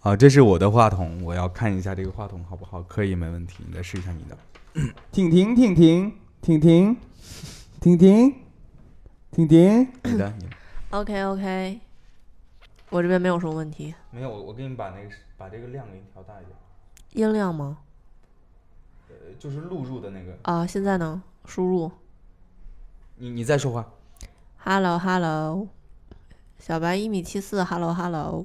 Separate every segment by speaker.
Speaker 1: 好，啊这是我的话筒，我要看一下这个话筒好不好？可以，没问题。你再试一下你的。
Speaker 2: 婷婷，婷婷，婷婷，婷婷，婷婷，
Speaker 1: 你的，你的
Speaker 3: OK OK，我这边没有什么问题。
Speaker 1: 没有，我我给你把那个把这个量给你调大一点，
Speaker 3: 音量吗？
Speaker 1: 呃就是录入的那个。
Speaker 3: 啊，现在呢？输入
Speaker 1: 你你再说话。
Speaker 3: Hello Hello，小白一米七四，Hello Hello，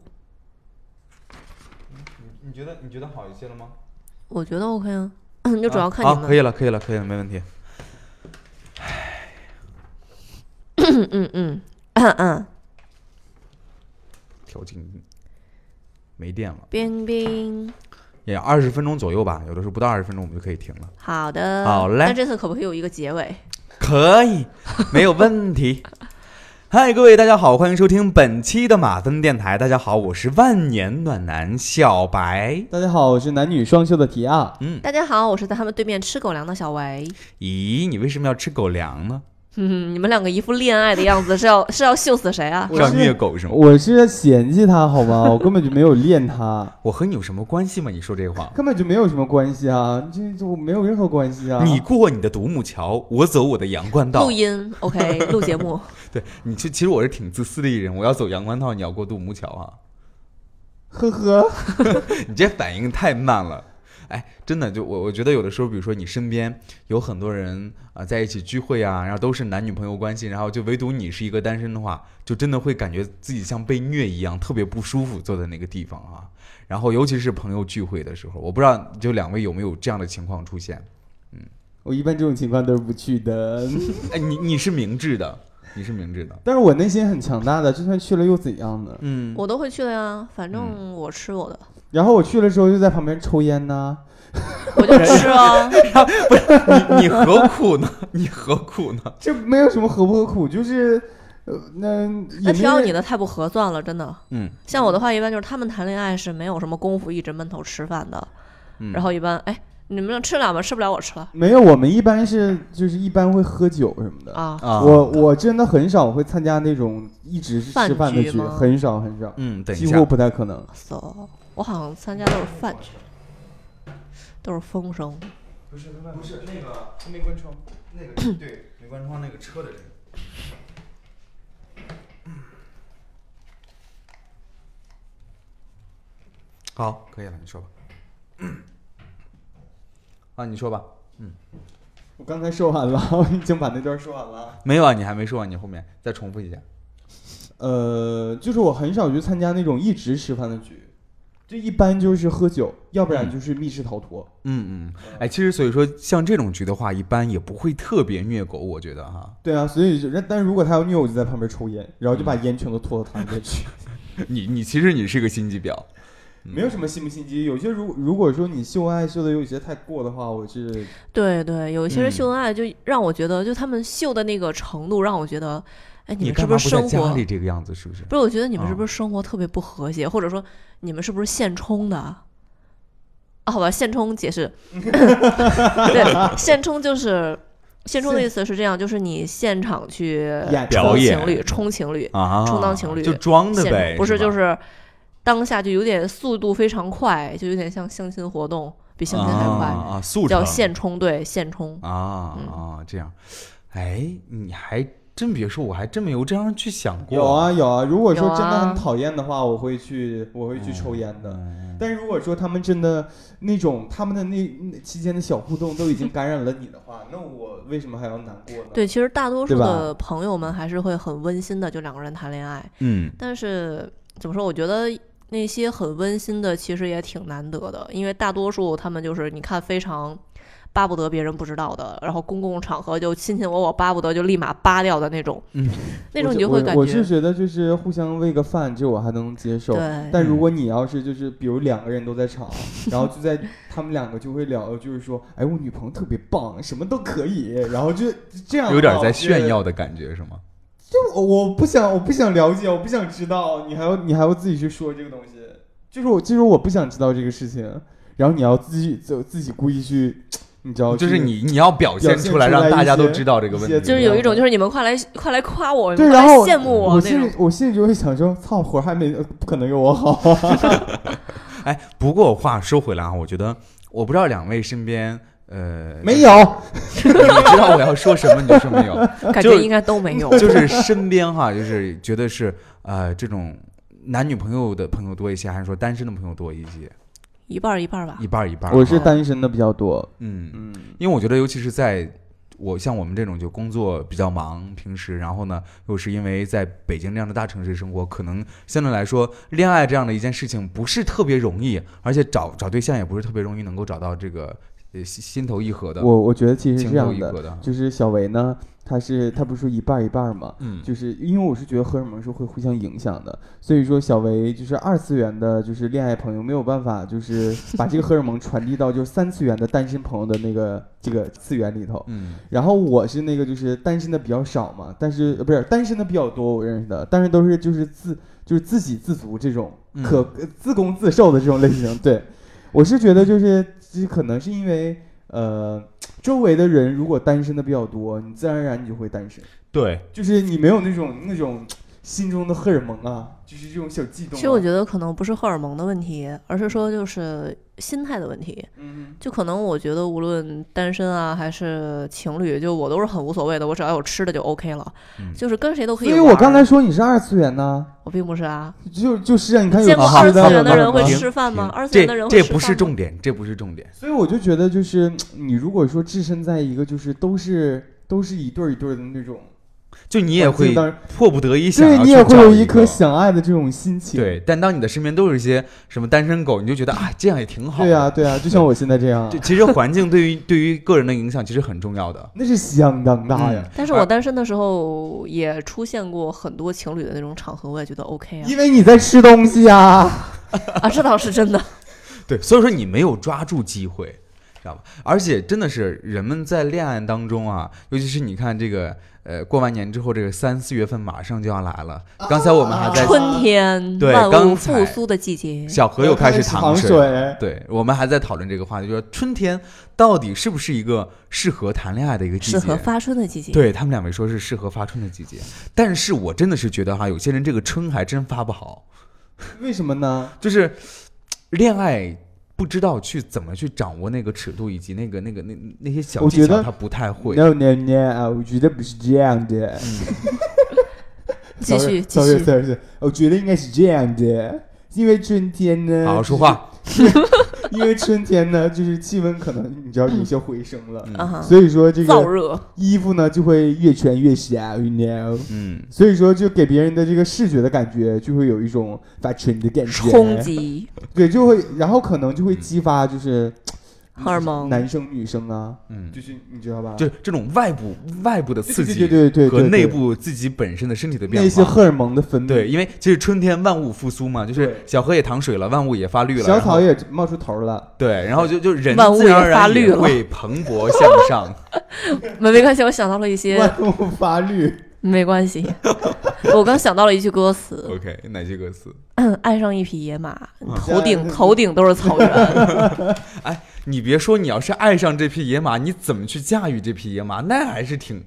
Speaker 1: 你你觉得你觉得好一些了吗？
Speaker 3: 我觉得 OK 啊，就主要看
Speaker 1: 啊
Speaker 3: 你
Speaker 1: 好，
Speaker 3: 们。
Speaker 1: 可以了，可以了，可以了，没问题。
Speaker 3: 嗯嗯嗯嗯嗯，
Speaker 1: 调静音，没电了，
Speaker 3: 冰冰，
Speaker 1: 也二十分钟左右吧，有的时候不到二十分钟我们就可以停了。
Speaker 3: 好的，
Speaker 1: 好嘞
Speaker 3: 那这次可不可以有一个结尾？
Speaker 1: 可以，没有问题。嗨，各位，大家好，欢迎收听本期的马芬电台。大家好，我是万年暖男小白。嗯
Speaker 2: 大家好，我是男女双修的提亚。
Speaker 3: 大家好，我是在他们对面吃狗粮的小维。
Speaker 1: 咦，你为什么要吃狗粮呢？
Speaker 3: 嗯，你们两个一副恋爱的样子，是要 是要秀死谁啊？
Speaker 1: 是要虐狗是吗？
Speaker 2: 我是在嫌弃他好吗？ 我根本就没有恋他，
Speaker 1: 我和你有什么关系吗？你说这话，
Speaker 2: 根本就没有什么关系啊，这这我没有任何关系啊。
Speaker 1: 你过你的独木桥，我走我的阳关道嗯
Speaker 3: 录。音 OK，录 节目。
Speaker 1: 对你，其其实我是挺自私的一人，我要走阳关道，你要过独木桥啊！
Speaker 2: 呵呵，
Speaker 1: 你这反应太慢了。哎，真的，就我我觉得有的时候，比如说你身边有很多人啊、在一起聚会啊，然后都是男女朋友关系，然后就唯独你是一个单身的话，就真的会感觉自己像被虐一样，特别不舒服，坐在那个地方啊。然后尤其是朋友聚会的时候，我不知道就两位有没有这样的情况出现？
Speaker 2: 我一般这种情况都是不去的，
Speaker 1: 哎，你你是明智的，你是明智的，
Speaker 2: 但是我内心很强大的，就算去了又怎样呢？
Speaker 1: 嗯，
Speaker 3: 我都会去的呀，反正我吃我的，
Speaker 2: 然后我去了之后就在旁边抽烟呐、
Speaker 3: 我就吃啊。
Speaker 1: 你你何苦呢？你何苦呢？
Speaker 2: 这没有什么何不何苦，就是呃，那
Speaker 3: 那
Speaker 2: 也没
Speaker 3: 挑
Speaker 2: 有
Speaker 3: 你的太不合算了，真的。
Speaker 1: 嗯，
Speaker 3: 像我的话，一般就是他们谈恋爱是没有什么功夫一直闷头吃饭的，
Speaker 1: 嗯
Speaker 3: 然后一般哎，你们吃了吗？吃不了我吃了
Speaker 2: 没有，我们一般是就是一般会喝酒什么的。
Speaker 3: 啊。
Speaker 1: 啊，
Speaker 2: 我我真的很少会参加那种一直是吃饭的
Speaker 3: 饭局吗
Speaker 2: 很少很少，
Speaker 1: 嗯，等一
Speaker 2: 几
Speaker 1: 下
Speaker 2: 乎，不太可能。
Speaker 3: so，我好像参加都是饭局，都是风声。
Speaker 1: 不是不是那个没关窗，那个对没关窗那个车的人。好，可以了，你说吧。啊，你说吧。
Speaker 2: 我刚才说完 了，我已经把那段说完了。
Speaker 1: 没有啊，你还没说完，你后面再重复一下。
Speaker 2: 呃，就是我很少去参加那种一直吃饭的局，就一般就是喝酒，要不然就是密室逃脱。
Speaker 1: 嗯嗯，哎，其实所以说，像这种局的话，一般也不会特别虐狗，我觉得哈。
Speaker 2: 对啊，所以就但是如果他要虐我，就在旁边抽烟，然后就把烟全都拖到他那边 去。
Speaker 1: 你你其实你是个心机婊，嗯
Speaker 2: 没有什么心不心机，有些如如果说你秀恩爱秀的有些太过的话，我是
Speaker 3: 对对，有一些人
Speaker 1: 嗯
Speaker 3: 秀恩爱，就让我觉得，就他们秀的那个程度，让我觉得，哎，你
Speaker 1: 你
Speaker 3: 们是
Speaker 1: 干嘛
Speaker 3: 是
Speaker 1: 不在
Speaker 3: 生
Speaker 1: 家
Speaker 3: 活？
Speaker 1: 里这个样子？是不是？
Speaker 3: 不是，我觉得你们是
Speaker 1: 啊
Speaker 3: 不是生活特别不和谐，或者说你们是不是现充的啊？啊好吧，现充解释， 对，现充就是现充的意思是这样，就是你现场去
Speaker 2: 演
Speaker 1: 表
Speaker 3: 充
Speaker 1: 演
Speaker 3: 情侣，充情侣，
Speaker 1: 啊，
Speaker 3: 充当情侣
Speaker 1: 就装的
Speaker 3: 现
Speaker 1: 呗，
Speaker 3: 不是
Speaker 1: 吧
Speaker 3: 就是当下就有点速度非常快，就有点像相亲活动，比相亲还快，
Speaker 1: 啊，啊速
Speaker 3: 叫
Speaker 1: 成
Speaker 3: 现充，对，现充。
Speaker 1: 啊
Speaker 3: 嗯
Speaker 1: 啊，这样，哎，你还真别说，我还真没有这样去想过。
Speaker 2: 有啊有啊。如果说真的
Speaker 3: 有啊
Speaker 2: 很讨厌的话，我会去我会去抽烟的。
Speaker 1: 嗯，
Speaker 2: 但如果说他们真的那种他们的那那期间的小互动都已经感染了你的话，那我为什么还要难过呢？
Speaker 3: 对，其实大多
Speaker 2: 对
Speaker 3: 数
Speaker 2: 吧
Speaker 3: 的朋友们还是会很温馨的，就两个人谈恋爱。
Speaker 1: 嗯
Speaker 3: 但是怎么说？我觉得那些很温馨的其实也挺难得的，因为大多数他们就是你看非常巴不得别人不知道的，然后公共场合就亲亲我我，巴不得就立马扒掉的那种，
Speaker 1: 嗯
Speaker 3: 那种
Speaker 2: 我是
Speaker 3: 你就会感
Speaker 2: 我我是
Speaker 3: 觉
Speaker 2: 觉得就是互相喂个饭，这我还能接受。
Speaker 3: 对。
Speaker 2: 但如果你要是就是比如两个人都在场， 然后就在他们两个就会聊，就是说，哎，我女朋友特别棒，什么都可以，然后就这样的话
Speaker 1: 有点在
Speaker 2: 我觉得
Speaker 1: 炫耀的感觉是吗？
Speaker 2: 我我不想，我不想了解，我不想知道，你还要你还要自己去说这个东西，就是我就是我不想知道这个事情，然后你要自己就自己故意去，你知道，
Speaker 1: 就是
Speaker 2: 去，
Speaker 1: 你你要表现
Speaker 2: 表现
Speaker 1: 出来，
Speaker 2: 出来
Speaker 1: 让大
Speaker 2: 一
Speaker 1: 家都
Speaker 2: 些
Speaker 1: 知道这个
Speaker 2: 一
Speaker 1: 问
Speaker 2: 些
Speaker 1: 题。
Speaker 3: 就是有一种，就是你们快来快来夸我，你
Speaker 2: 对
Speaker 3: 们快来
Speaker 2: 然后
Speaker 3: 羡慕
Speaker 2: 我
Speaker 3: 那
Speaker 2: 心
Speaker 3: 种
Speaker 2: 里。我心里就会想说，操，活儿还没不可能有我好，
Speaker 1: 哎，不过话说回来啊，我觉得我不知道两位身边呃，
Speaker 2: 没有，
Speaker 1: 就是你知道我要说什么，你就说 没有。
Speaker 3: 感
Speaker 1: 就
Speaker 3: 觉应该都没有。
Speaker 1: 就是身边哈，就是觉得是呃这种男女朋友的朋友多一些，还是说单身的朋友多一些？
Speaker 3: 一半儿一半儿吧
Speaker 1: 一。半儿一半儿。
Speaker 2: 我是单身的比较多。
Speaker 1: 嗯，
Speaker 2: 嗯，
Speaker 1: 因为我觉得尤其是在。我像我们这种就工作比较忙，平时然后呢，又是因为在北京这样的大城市生活，可能相对来说，恋爱这样的一件事情不是特别容易，而且找找对象也不是特别容易能够找到这个呃心心头一合的，
Speaker 2: 我我觉得其实是
Speaker 1: 情
Speaker 2: 这
Speaker 1: 投
Speaker 2: 样
Speaker 1: 意
Speaker 2: 的，
Speaker 1: 合的。
Speaker 2: 就是小维呢，他是他不是说一半儿一半儿吗？
Speaker 1: 嗯，
Speaker 2: 就是因为我是觉得荷尔蒙是会互相影响的，所以说小维就是二次元的，就是恋爱朋友没有办法，就是把这个荷尔蒙传递到就是三次元的单身朋友的那个这个次元里头。
Speaker 1: 嗯，
Speaker 2: 然后我是那个就是单身的比较少嘛，但是呃不是单身的比较多，我认识的，但是都是就是自就是自给自足这种
Speaker 1: 嗯
Speaker 2: 可、呃自供自受的这种类型。对，我是觉得就是这可能是因为呃周围的人如果单身的比较多，你自然而然你就会单身，
Speaker 1: 对，
Speaker 2: 就是你没有那种那种心中的荷尔蒙啊，就是这种小悸动、啊。
Speaker 3: 其实我觉得可能不是荷尔蒙的问题，而是说就是心态的问题。
Speaker 2: 嗯，
Speaker 3: 就可能我觉得无论单身啊还是情侣，就我都是很无所谓的，我只要有吃的就 OK 了，
Speaker 1: 嗯
Speaker 3: 就是跟谁都可
Speaker 2: 所
Speaker 3: 以
Speaker 2: 以
Speaker 3: 玩。
Speaker 2: 我刚才说你是二次元呢，
Speaker 3: 我并不是啊，
Speaker 2: 就就是啊，你看有
Speaker 3: 见过
Speaker 1: 好
Speaker 3: 二
Speaker 2: 吃
Speaker 3: 次
Speaker 2: 的
Speaker 1: 好
Speaker 3: 元的
Speaker 1: 好
Speaker 3: 人会
Speaker 1: 好
Speaker 2: 有
Speaker 1: 吃
Speaker 3: 吃饭吗？
Speaker 1: 停
Speaker 3: 二
Speaker 1: 嗯
Speaker 3: 次
Speaker 1: 这
Speaker 3: 元的人会
Speaker 1: 这
Speaker 3: 吃
Speaker 1: 不是
Speaker 3: 饭吗
Speaker 1: 重点，这不是重点。
Speaker 2: 所以我就觉得，就是你如果说置身在一个就是都是都是一对儿一对儿的那种，
Speaker 1: 就你也
Speaker 2: 环境
Speaker 1: 会
Speaker 2: 当然
Speaker 1: 迫不得已想
Speaker 2: 对
Speaker 1: 要
Speaker 2: 你
Speaker 1: 去
Speaker 2: 也会
Speaker 1: 找
Speaker 2: 有
Speaker 1: 一
Speaker 2: 颗
Speaker 1: 个
Speaker 2: 想爱的这种心情。
Speaker 1: 对，但当你的身边都是一些什么单身狗，你就觉得啊，这样也挺好。
Speaker 2: 对啊，，对啊，就像我现在 这样啊
Speaker 1: 这，其实环境对于对于个人的影响其实很重 要的。
Speaker 2: 那是相当
Speaker 1: 啊
Speaker 2: 大呀。
Speaker 3: 但是
Speaker 1: 而
Speaker 3: 我单身的时候也出现过很多情侣的那种场合，我也觉得 OK 啊，
Speaker 2: 因为你在吃东西啊，
Speaker 3: 啊，这倒是真的。
Speaker 1: 对，所以说你没有抓住机会，知道吧？而且真的是人们在恋爱当中啊，尤其是你看这个呃，过完年之后，这个三四月份马上就要来了。刚才我们还在
Speaker 2: 啊
Speaker 3: 春天，
Speaker 1: 对
Speaker 3: 万物
Speaker 1: 刚
Speaker 3: 复
Speaker 1: 才
Speaker 3: 苏的季节，
Speaker 1: 小何又开始淌
Speaker 2: 糖
Speaker 1: 水了。对，我们还在讨论这个话题，就是春天到底是不是一个适合谈恋爱的一个季节？
Speaker 3: 适合发春的季节。
Speaker 1: 对他们两位说是适合发春的季节，但是我真的是觉得哈，有些人这个春还真发不好，
Speaker 2: 为什么呢？
Speaker 1: 就是恋爱不知道去怎么去掌握那个尺度以及那个那个那那些小
Speaker 2: 我
Speaker 1: 技
Speaker 2: 觉
Speaker 1: 巧，
Speaker 2: 得
Speaker 1: 他不太会。
Speaker 2: No no no，啊我觉得不是这样的。
Speaker 3: 继续继
Speaker 2: sorry
Speaker 3: 续，
Speaker 2: sorry，sorry，我觉得应该是这样的，因为春天呢，
Speaker 1: 好好
Speaker 2: 就
Speaker 1: 说
Speaker 2: 是，
Speaker 1: 话，
Speaker 2: 因为春天呢，就是气温可能你知道有些回升了，
Speaker 1: 嗯
Speaker 3: 啊哈，
Speaker 2: 所以说这个
Speaker 3: 燥热，
Speaker 2: 衣服呢就会越穿越小，you know。
Speaker 1: 嗯，
Speaker 2: 所以说，就给别人的这个视觉的感觉，就会有一种发春的感觉，
Speaker 3: 冲击
Speaker 2: 对，就会，然后可能就会激发就是
Speaker 3: 荷尔蒙。
Speaker 2: 男生女生啊，
Speaker 1: 嗯，
Speaker 2: 就是你知道吧？
Speaker 1: 就是这种外部外部的刺
Speaker 2: 对
Speaker 1: 激
Speaker 2: 对对对对
Speaker 1: 和
Speaker 2: 对
Speaker 1: 内
Speaker 2: 对
Speaker 1: 部自己本身的身体的
Speaker 2: 那
Speaker 1: 变
Speaker 2: 些
Speaker 1: 化。
Speaker 2: 荷尔蒙的分泌，
Speaker 1: 对，，因为其实春天万物复苏嘛，就是
Speaker 2: 对
Speaker 1: 小河也淌水了，万物也发绿了，
Speaker 2: 小
Speaker 1: 然后
Speaker 2: 草也冒出头了。
Speaker 1: 对，然后就就人
Speaker 3: 万物
Speaker 1: 自然
Speaker 3: 也
Speaker 1: 而
Speaker 3: 发
Speaker 1: 然
Speaker 3: 绿
Speaker 1: 也
Speaker 3: 了
Speaker 1: 会蓬勃向上。
Speaker 3: 没没关系，我想到了一些，
Speaker 2: 万物发绿，
Speaker 3: 没关 系，我刚想到了一句歌词
Speaker 1: OK，哪些歌词？：“
Speaker 3: 爱上一匹野马，头
Speaker 2: 嗯
Speaker 3: 顶头顶都是草
Speaker 2: 哎
Speaker 3: 原。
Speaker 1: 你别说，你要是爱上这匹野马，你怎么去驾驭这匹野马，那还是挺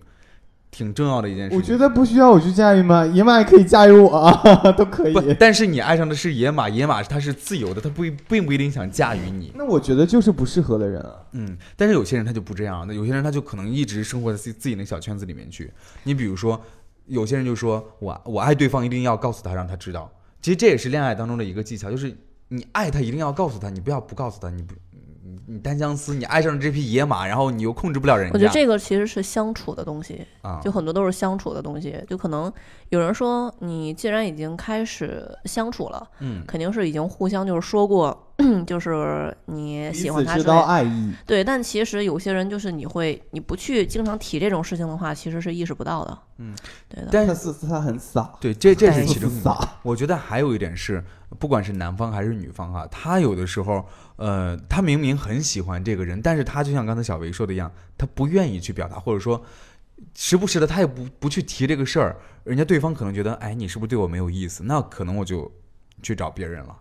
Speaker 1: 挺重要的一件事情。
Speaker 2: 我觉得不需要我去驾驭吗？野马也可以驾驭我啊，都可
Speaker 1: 不，
Speaker 2: 以。
Speaker 1: 但是你爱上的是野马，野马它是自由的，它不一并不一定想驾驭你。
Speaker 2: 那我觉得就是不适合的人啊，
Speaker 1: 嗯，但是有些人他就不这样，那有些人他就可能一直生活在自己自己那小圈子里面去。你比如说，有些人就说我我爱对方一定要告诉他，让他知道。其实这也是恋爱当中的一个技巧，就是你爱他一定要告诉他，你不要不告诉他，你不你你单相思，你爱上了这匹野马，然后你又控制不了人”家。
Speaker 3: 我觉得这个其实是相处的东西，
Speaker 1: 啊，
Speaker 3: 就很多都是相处的东西。就可能有人说，你既然已经开始相处了，
Speaker 1: 嗯
Speaker 3: 肯定是已经互相就是说过， 就是你
Speaker 2: 彼
Speaker 3: 喜欢
Speaker 2: 此
Speaker 3: 他
Speaker 2: 知
Speaker 3: 之类
Speaker 2: 道
Speaker 3: 的。
Speaker 2: 爱意。
Speaker 3: 对，但其实有些人就是你会，你不去经常提这种事情的话，其实是意识不到的。
Speaker 1: 嗯，
Speaker 3: 对的。
Speaker 1: 但
Speaker 2: 他是他很傻，
Speaker 1: 对，这这
Speaker 3: 哎
Speaker 1: 是其
Speaker 2: 就
Speaker 1: 中
Speaker 2: 是
Speaker 1: 一个。
Speaker 2: 傻，
Speaker 1: 我觉得还有一点是，不管是男方还是女方哈、他有的时候，呃，他明明很喜欢这个人，但是他就像刚才小维说的一样，他不愿意去表达，或者说，时不时的他也不不去提这个事儿，人家对方可能觉得，哎，你是不是对我没有意思？那可能我就去找别人了。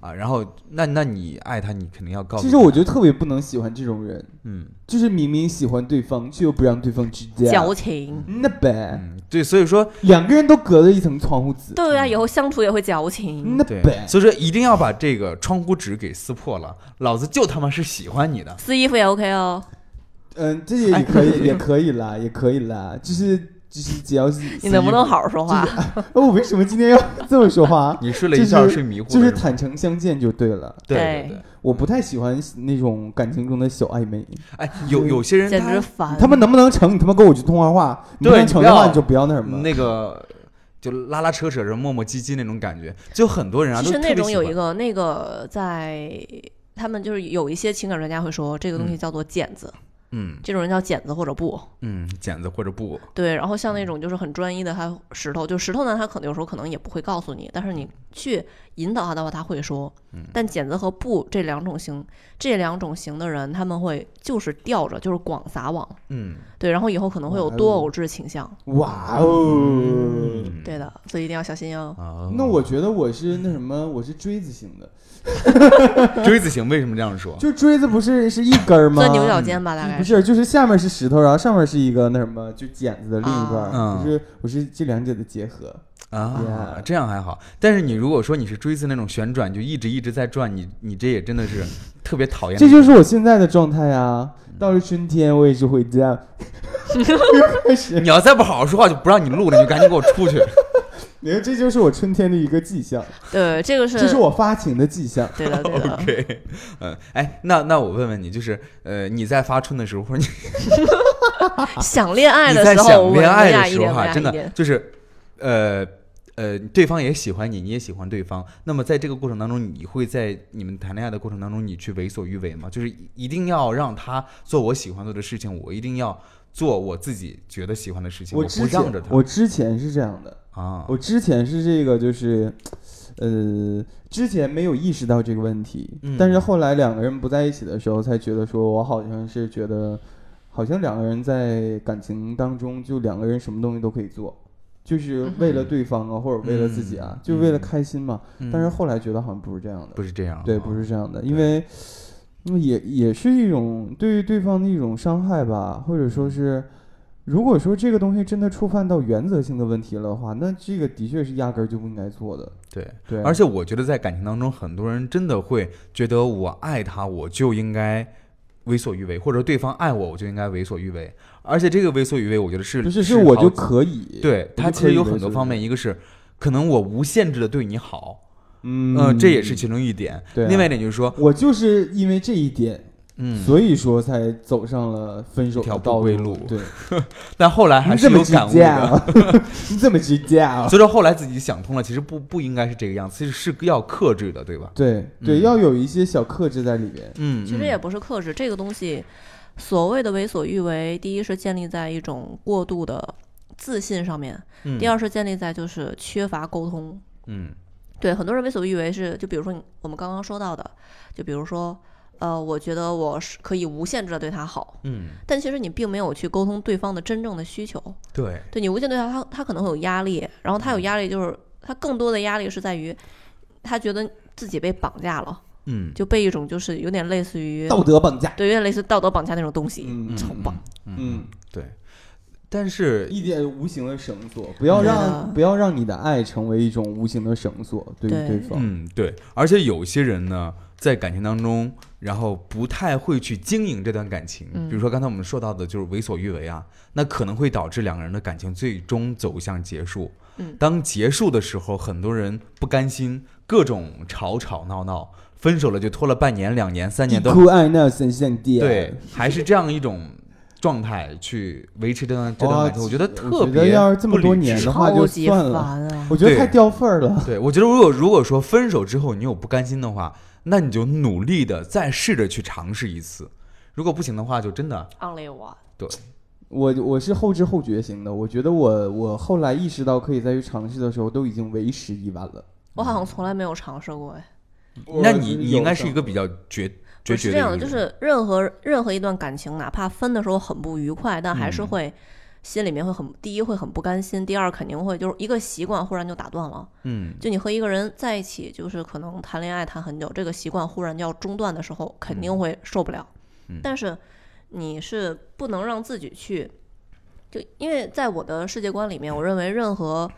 Speaker 1: 啊，然后那那你爱他，你肯定要告诉他。
Speaker 2: 其实我就特别不能喜欢这种人，
Speaker 1: 嗯
Speaker 2: 就是明明喜欢对方，却又不让对啊方知道
Speaker 3: 矫。情。
Speaker 2: 那呗，
Speaker 1: 嗯，对，所以说
Speaker 2: 两个人都隔着一层窗户纸。
Speaker 3: 对啊，以后相处也会矫情。
Speaker 2: 那
Speaker 1: 嗯对
Speaker 2: 呗，，
Speaker 1: 所以说一定要把这个窗户纸给撕破了，老子就他妈是喜欢你的。
Speaker 3: 撕衣服也 OK 哦，
Speaker 2: 嗯，这
Speaker 1: 哎
Speaker 2: 也 可以，也可以啦，也可以啦，就是就是只要是
Speaker 3: 你能不能？好好说话？
Speaker 2: 哦，我为什么今天要 这么 说话？
Speaker 1: 你睡了一觉
Speaker 2: 就是
Speaker 1: 睡迷糊了，
Speaker 2: 就是
Speaker 1: 吧
Speaker 2: 坦诚相见就对了。
Speaker 1: 对
Speaker 3: 对
Speaker 1: 对。
Speaker 2: 我不太喜欢那种感情中的小暧昧，
Speaker 3: 嗯
Speaker 1: 哎， 有有些人
Speaker 3: 简
Speaker 1: 他
Speaker 3: 直烦。
Speaker 2: 他们能不能成？你他妈跟我去通话话，你不
Speaker 1: 对
Speaker 2: 能
Speaker 1: 你
Speaker 2: 成
Speaker 1: 不
Speaker 2: 的话
Speaker 1: 要
Speaker 2: 你就不要那什么。
Speaker 1: 那个就拉拉扯扯着磨磨唧唧那种感觉，就很多人啊，
Speaker 3: 其实
Speaker 1: 都特
Speaker 3: 那
Speaker 1: 别
Speaker 3: 种
Speaker 1: 喜
Speaker 3: 有
Speaker 1: 欢
Speaker 3: 一个那个在他们就是有一些情感专家会说这个东西叫做剪子，
Speaker 1: 嗯
Speaker 3: 这种人叫剪子或者布。
Speaker 1: 嗯剪子或者布，
Speaker 3: 对，然后像
Speaker 1: 嗯
Speaker 3: 那种就是很专一的，他石头就石头呢，他可能有时候可能也不会告诉你，但是你去引导他的话，他会说。
Speaker 1: 嗯
Speaker 3: 但剪子和布这两种型，这两种型的人，他们会就是吊着，就是广撒网。
Speaker 1: 嗯，
Speaker 3: 对，然后以后可能会有
Speaker 2: 哇哦
Speaker 3: 多偶制倾向。
Speaker 2: 哇哦！
Speaker 1: 嗯
Speaker 3: 对的，所以一定要小心哟。
Speaker 1: 哦
Speaker 2: 那我觉得我是那什么，我是锥子型的，
Speaker 1: 锥子型为什么这样说？
Speaker 2: 就锥子不是是一根儿吗？
Speaker 3: 钻牛角尖
Speaker 1: 嗯
Speaker 3: 吧，大概
Speaker 2: 不是，就是下面是石头，然后上面是一个那什么，就剪子的另一半儿，
Speaker 1: 啊
Speaker 2: 就是我是这两者的结合。
Speaker 1: 啊
Speaker 2: Yeah
Speaker 1: 这样还好。但是你如果说你是锥子那种旋转，就一直一直在转，你你这也真的是 特别讨厌。
Speaker 2: 这就是我现在的状态啊！
Speaker 1: 嗯
Speaker 2: 到了春天，我也是会这 样。 又开始，
Speaker 1: 你要再不好好说话，就不让你录了，你就赶紧给我出 去。
Speaker 2: 你看，这就是我春天的一个迹象，
Speaker 3: 对，这个是
Speaker 2: 这是我发情的迹象。
Speaker 3: 对的，对 的。
Speaker 1: OK，嗯，哎，那那我问问你，就是呃，你在发春的时候，或者你
Speaker 3: 想恋爱
Speaker 1: 啊你
Speaker 3: 的
Speaker 1: 在
Speaker 3: 时候，
Speaker 1: 想
Speaker 3: 我
Speaker 1: 恋爱
Speaker 3: 们俩
Speaker 1: 的
Speaker 3: 一
Speaker 1: 时
Speaker 3: 点
Speaker 1: 候
Speaker 3: 我
Speaker 1: 哈、
Speaker 3: 们俩
Speaker 1: 真
Speaker 3: 一点
Speaker 1: 的就是呃呃，对方也喜欢你，你也喜欢对方。那么在这个过程当中，你会在你们谈恋爱的过程当中，你去为所欲为吗？就是一定要让他做我喜欢做的事情，我一定要做我自己觉得喜欢的事情，我不
Speaker 2: 之
Speaker 1: 让
Speaker 2: 前
Speaker 1: 着他。
Speaker 2: 我之前是这样的，
Speaker 1: 啊，
Speaker 2: 我之前是这个，就是，呃，之前没有意识到这个问题，
Speaker 1: 嗯
Speaker 2: 但是后来两个人不在一起的时候，才觉得说我好像是觉得，好像两个人在感情当中，就两个人什么东西都可以做，就是为了对方啊，或者为了自己啊，
Speaker 1: 嗯
Speaker 2: 就为了开心嘛。
Speaker 1: 嗯
Speaker 2: 但是后来觉得好像不是这样的，
Speaker 1: 不是这样，
Speaker 2: 对，不。是这样的，因为嗯也也是一种对于对方的一种伤害吧，或者说是，如果说这个东西真的触犯到原则性的问题了的话，那这个的确是压根儿就不应该做的。
Speaker 1: 对，
Speaker 2: 对，
Speaker 1: 而且我觉得在感情当中，很多人真的会觉得我爱他，我就应该为所欲为，或者对方爱我，我就应该为所欲为。而且这个为所欲为，我觉得是
Speaker 2: 不是是我
Speaker 1: 好
Speaker 2: 就
Speaker 1: 几
Speaker 2: 可以，，
Speaker 1: 对
Speaker 2: 我
Speaker 1: 他
Speaker 2: 就
Speaker 1: 其
Speaker 2: 可
Speaker 1: 实
Speaker 2: 以
Speaker 1: 有
Speaker 2: 为
Speaker 1: 很多
Speaker 2: 所
Speaker 1: 方
Speaker 2: 欲
Speaker 1: 面，一个是可能我无限制的对你好，
Speaker 2: 嗯、
Speaker 1: 呃，这也是其中一点。
Speaker 2: 对啊
Speaker 1: 另外一点就是说，
Speaker 2: 我就是因为这一点，
Speaker 1: 嗯，
Speaker 2: 所以说才走上了分手
Speaker 1: 一条
Speaker 2: 的
Speaker 1: 不
Speaker 2: 道
Speaker 1: 归
Speaker 2: 路
Speaker 1: 路
Speaker 2: 对，
Speaker 1: 但后来还
Speaker 2: 你
Speaker 1: 是
Speaker 2: 怎么
Speaker 1: 有
Speaker 2: 直
Speaker 1: 感悟
Speaker 2: 接
Speaker 1: 的。
Speaker 2: 啊？你怎么直接 啊？
Speaker 1: 所以说后来自己想通了，其实不不应该是这个样子，其实是要克制的，对吧？
Speaker 2: 对对，
Speaker 1: 嗯
Speaker 2: 要有一些小克制在里边。
Speaker 1: 嗯，
Speaker 3: 其实
Speaker 1: 嗯
Speaker 3: 也不是克制这个东西，所谓的为所欲为，第一是建立在一种过度的自信上面，
Speaker 1: 嗯
Speaker 3: 第二是建立在就是缺乏沟通。
Speaker 1: 嗯
Speaker 3: 对，很多人为所欲为是，就比如说你我们刚刚说到的，就比如说，呃，我觉得我是可以无限制的对他好，
Speaker 1: 嗯，
Speaker 3: 但其实你并没有去沟通对方的真正的需求。
Speaker 1: 对，
Speaker 3: 对你无限对他，他他可能会有压力，然后他
Speaker 1: 嗯
Speaker 3: 有压力就是他更多的压力是在于他觉得自己被绑架了，
Speaker 1: 嗯
Speaker 3: 就被一种就是有点类似于
Speaker 2: 道德绑架，
Speaker 3: 对，有点类似道德绑架那种东西。
Speaker 2: 嗯，
Speaker 3: 超棒
Speaker 2: 嗯，
Speaker 1: 对。但是
Speaker 2: 一点无形的绳索，不要
Speaker 3: 对啊
Speaker 2: 让
Speaker 3: 的
Speaker 2: 不要让你的爱成为一种无形的绳索，对于
Speaker 3: 对
Speaker 2: 对方。
Speaker 1: 嗯，对，而且有些人呢，在感情当中，然后不太会去经营这段感情，比如说刚才我们说到的，就是为所欲为啊，那可能会导致两个人的感情最终走向结束。
Speaker 3: 嗯
Speaker 1: 当结束的时候，很多人不甘心，各种吵吵闹闹，分手了就拖了半年、两年、三
Speaker 2: 一
Speaker 1: 年都
Speaker 2: 哭爱闹神仙爹，
Speaker 1: 对，还是这样一种。状态去维持这段这段
Speaker 2: 哇
Speaker 1: 感情，我觉得特
Speaker 2: 哦我觉得
Speaker 1: 别
Speaker 2: 要是这么
Speaker 1: 不理
Speaker 2: 多
Speaker 1: 智
Speaker 2: 年的话
Speaker 3: 超
Speaker 2: 就
Speaker 3: 级
Speaker 2: 算
Speaker 3: 烦
Speaker 2: 了，
Speaker 3: 啊！
Speaker 2: 我觉得
Speaker 1: 对
Speaker 2: 太掉份儿了。
Speaker 1: 对，我觉得如果如果说分手之后你有不甘心的话，那你就努力的再试着去尝试一次。如果不行的话，就真的
Speaker 3: only one，
Speaker 2: 我我是后知后觉型的，我觉得我我后来意识到可以再去尝试的时候，都已经为时已晚了。
Speaker 3: 我好像从来没有尝试过哎。
Speaker 1: 那你你应该是一
Speaker 2: 我
Speaker 1: 个比较决
Speaker 3: 我
Speaker 1: 决
Speaker 3: 是
Speaker 1: 绝
Speaker 3: 这样
Speaker 1: 的
Speaker 3: 的，
Speaker 1: 一个
Speaker 3: 就
Speaker 1: 人，
Speaker 3: 是任何任何一段感情，哪怕分的时候很不愉快，但还是会心里面会很第一会很不甘心，第二肯定会就是一个习惯忽然就打断了。
Speaker 1: 嗯
Speaker 3: 就你和一个人在一起，就是可能谈恋爱谈很久，这个习惯忽然要中断的时候，肯定会受不了。
Speaker 1: 嗯
Speaker 3: 但是你是不能让自己去，就因为在我的世界观里面，我认为任何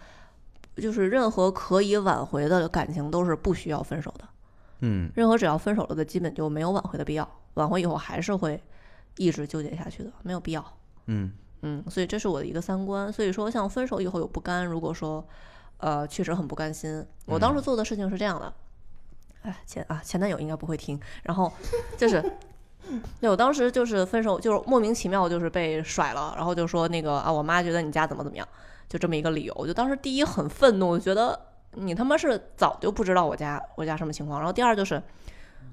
Speaker 3: 就是任何可以挽回的感情都是不需要分手的，
Speaker 1: 嗯
Speaker 3: 任何只要分手了的，基本就没有挽回的必要，挽回以后还是会一直纠结下去的，没有必要。
Speaker 1: 嗯
Speaker 3: 嗯，所以这是我的一个三观。所以说，像分手以后有不甘，如果说，呃，确实很不甘心。我
Speaker 2: 嗯
Speaker 3: 当时做的事情是这样的，哎、前啊前男友应该不会听。然后就是， 对我当时就是分手，就是莫名其妙就是被甩了，然后就说那个啊，我妈觉得你家怎么怎么样，就这么一个理由。我就当时第一很愤怒，我觉得你他妈是早就不知道我家我家什么情况。然后第二就是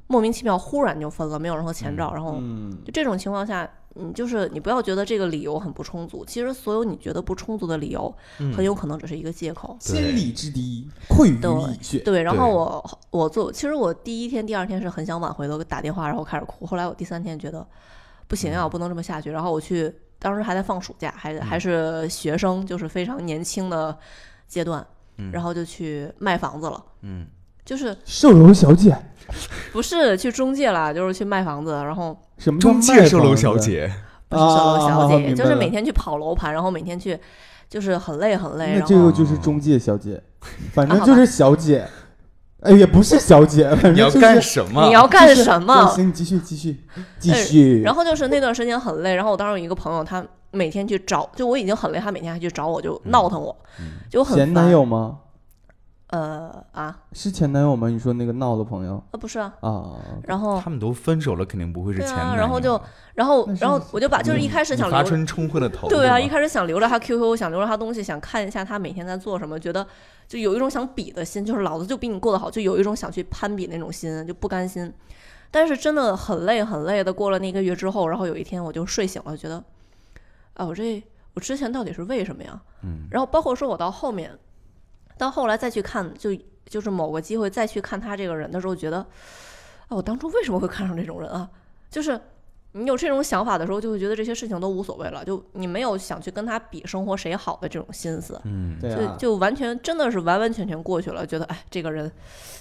Speaker 3: 莫名其妙忽然就分了，没有任何前兆，然后。
Speaker 2: 嗯，
Speaker 3: 就这种情况下，你就是你不要觉得这个理由很不充足，其实所有你觉得不充足的理由，
Speaker 1: 嗯
Speaker 3: 很有可能只是一个借口。
Speaker 1: 对
Speaker 2: 心理之敌溃于理血。
Speaker 3: 对，然后
Speaker 1: 对
Speaker 3: 我我做，其实我第一天、第二天是很想挽回的，我打电话然后开始哭。后来我第三天觉得不行啊，
Speaker 1: 嗯
Speaker 3: 我不能这么下去。然后我去，当时还在放暑假，还还是学生，就是非常年轻的阶段
Speaker 1: 嗯，
Speaker 3: 然后就去卖房子了，
Speaker 1: 嗯
Speaker 3: 就是
Speaker 2: 售楼小姐，
Speaker 3: 不是去中介啦，就是去卖房子，然后
Speaker 2: 什么叫
Speaker 1: 中
Speaker 2: 卖
Speaker 1: 介售楼
Speaker 2: 房子
Speaker 1: 小？姐，
Speaker 3: 不是售楼小
Speaker 2: 啊
Speaker 3: 姐，
Speaker 2: 明白
Speaker 3: 就是
Speaker 2: 了
Speaker 3: 每天去跑楼盘，然后每天去，就是很累很累。
Speaker 2: 那
Speaker 3: 然
Speaker 2: 这
Speaker 3: 后
Speaker 2: 个就是中介小姐，反
Speaker 3: 啊
Speaker 2: 正
Speaker 3: 好吧
Speaker 2: 就是小姐，哎，也不是小姐，反正
Speaker 1: 你要
Speaker 2: 就是
Speaker 1: 干什么？
Speaker 3: 你要干
Speaker 2: 就是
Speaker 3: 什么呃
Speaker 2: 对？行，你继续，继续，继续。
Speaker 3: 然后就是那段时间很累，然后我当时有一个朋友，他每天去找，就我已经很累，他每天还去找我，就闹腾我，
Speaker 2: 嗯
Speaker 3: 就很
Speaker 2: 前
Speaker 3: 烦。
Speaker 2: 男友吗？
Speaker 3: 呃啊
Speaker 2: 是前男友吗？你说那个闹的朋友
Speaker 3: 啊不是啊，
Speaker 2: 啊？
Speaker 3: 然后
Speaker 1: 他们都分手了，肯定不会是
Speaker 3: 对
Speaker 1: 前
Speaker 3: 啊，
Speaker 1: 男友。
Speaker 3: 然后就然后
Speaker 2: 那是
Speaker 3: 然后我就把就是一开始
Speaker 1: 你
Speaker 3: 想
Speaker 1: 发
Speaker 3: 留着，
Speaker 1: 春冲昏了头。
Speaker 3: 对啊，
Speaker 1: 是吗
Speaker 3: 一开始想留着他 QQ，想留着他东西，想看一下他每天在做什么，觉得就有一种想比的心，就是老子就比你过得好，就有一种想去攀比那种心，就不甘心。但是真的很累很累的，过了那个月之后，然后有一天我就睡醒了，觉得，啊，我这我之前到底是为什么呀？
Speaker 1: 嗯
Speaker 3: 然后包括说我到后面，到后来再去看，就就是某个机会再去看他这个人的时候，觉得，啊，我当初为什么会看上这种人啊？就是你有这种想法的时候，就会觉得这些事情都无所谓了，就你没有想去跟他比生活谁好的这种心思。
Speaker 1: 嗯，
Speaker 2: 对
Speaker 3: 就
Speaker 2: 啊，
Speaker 3: 就完全真的是完完全全过去了，觉得哎，这个人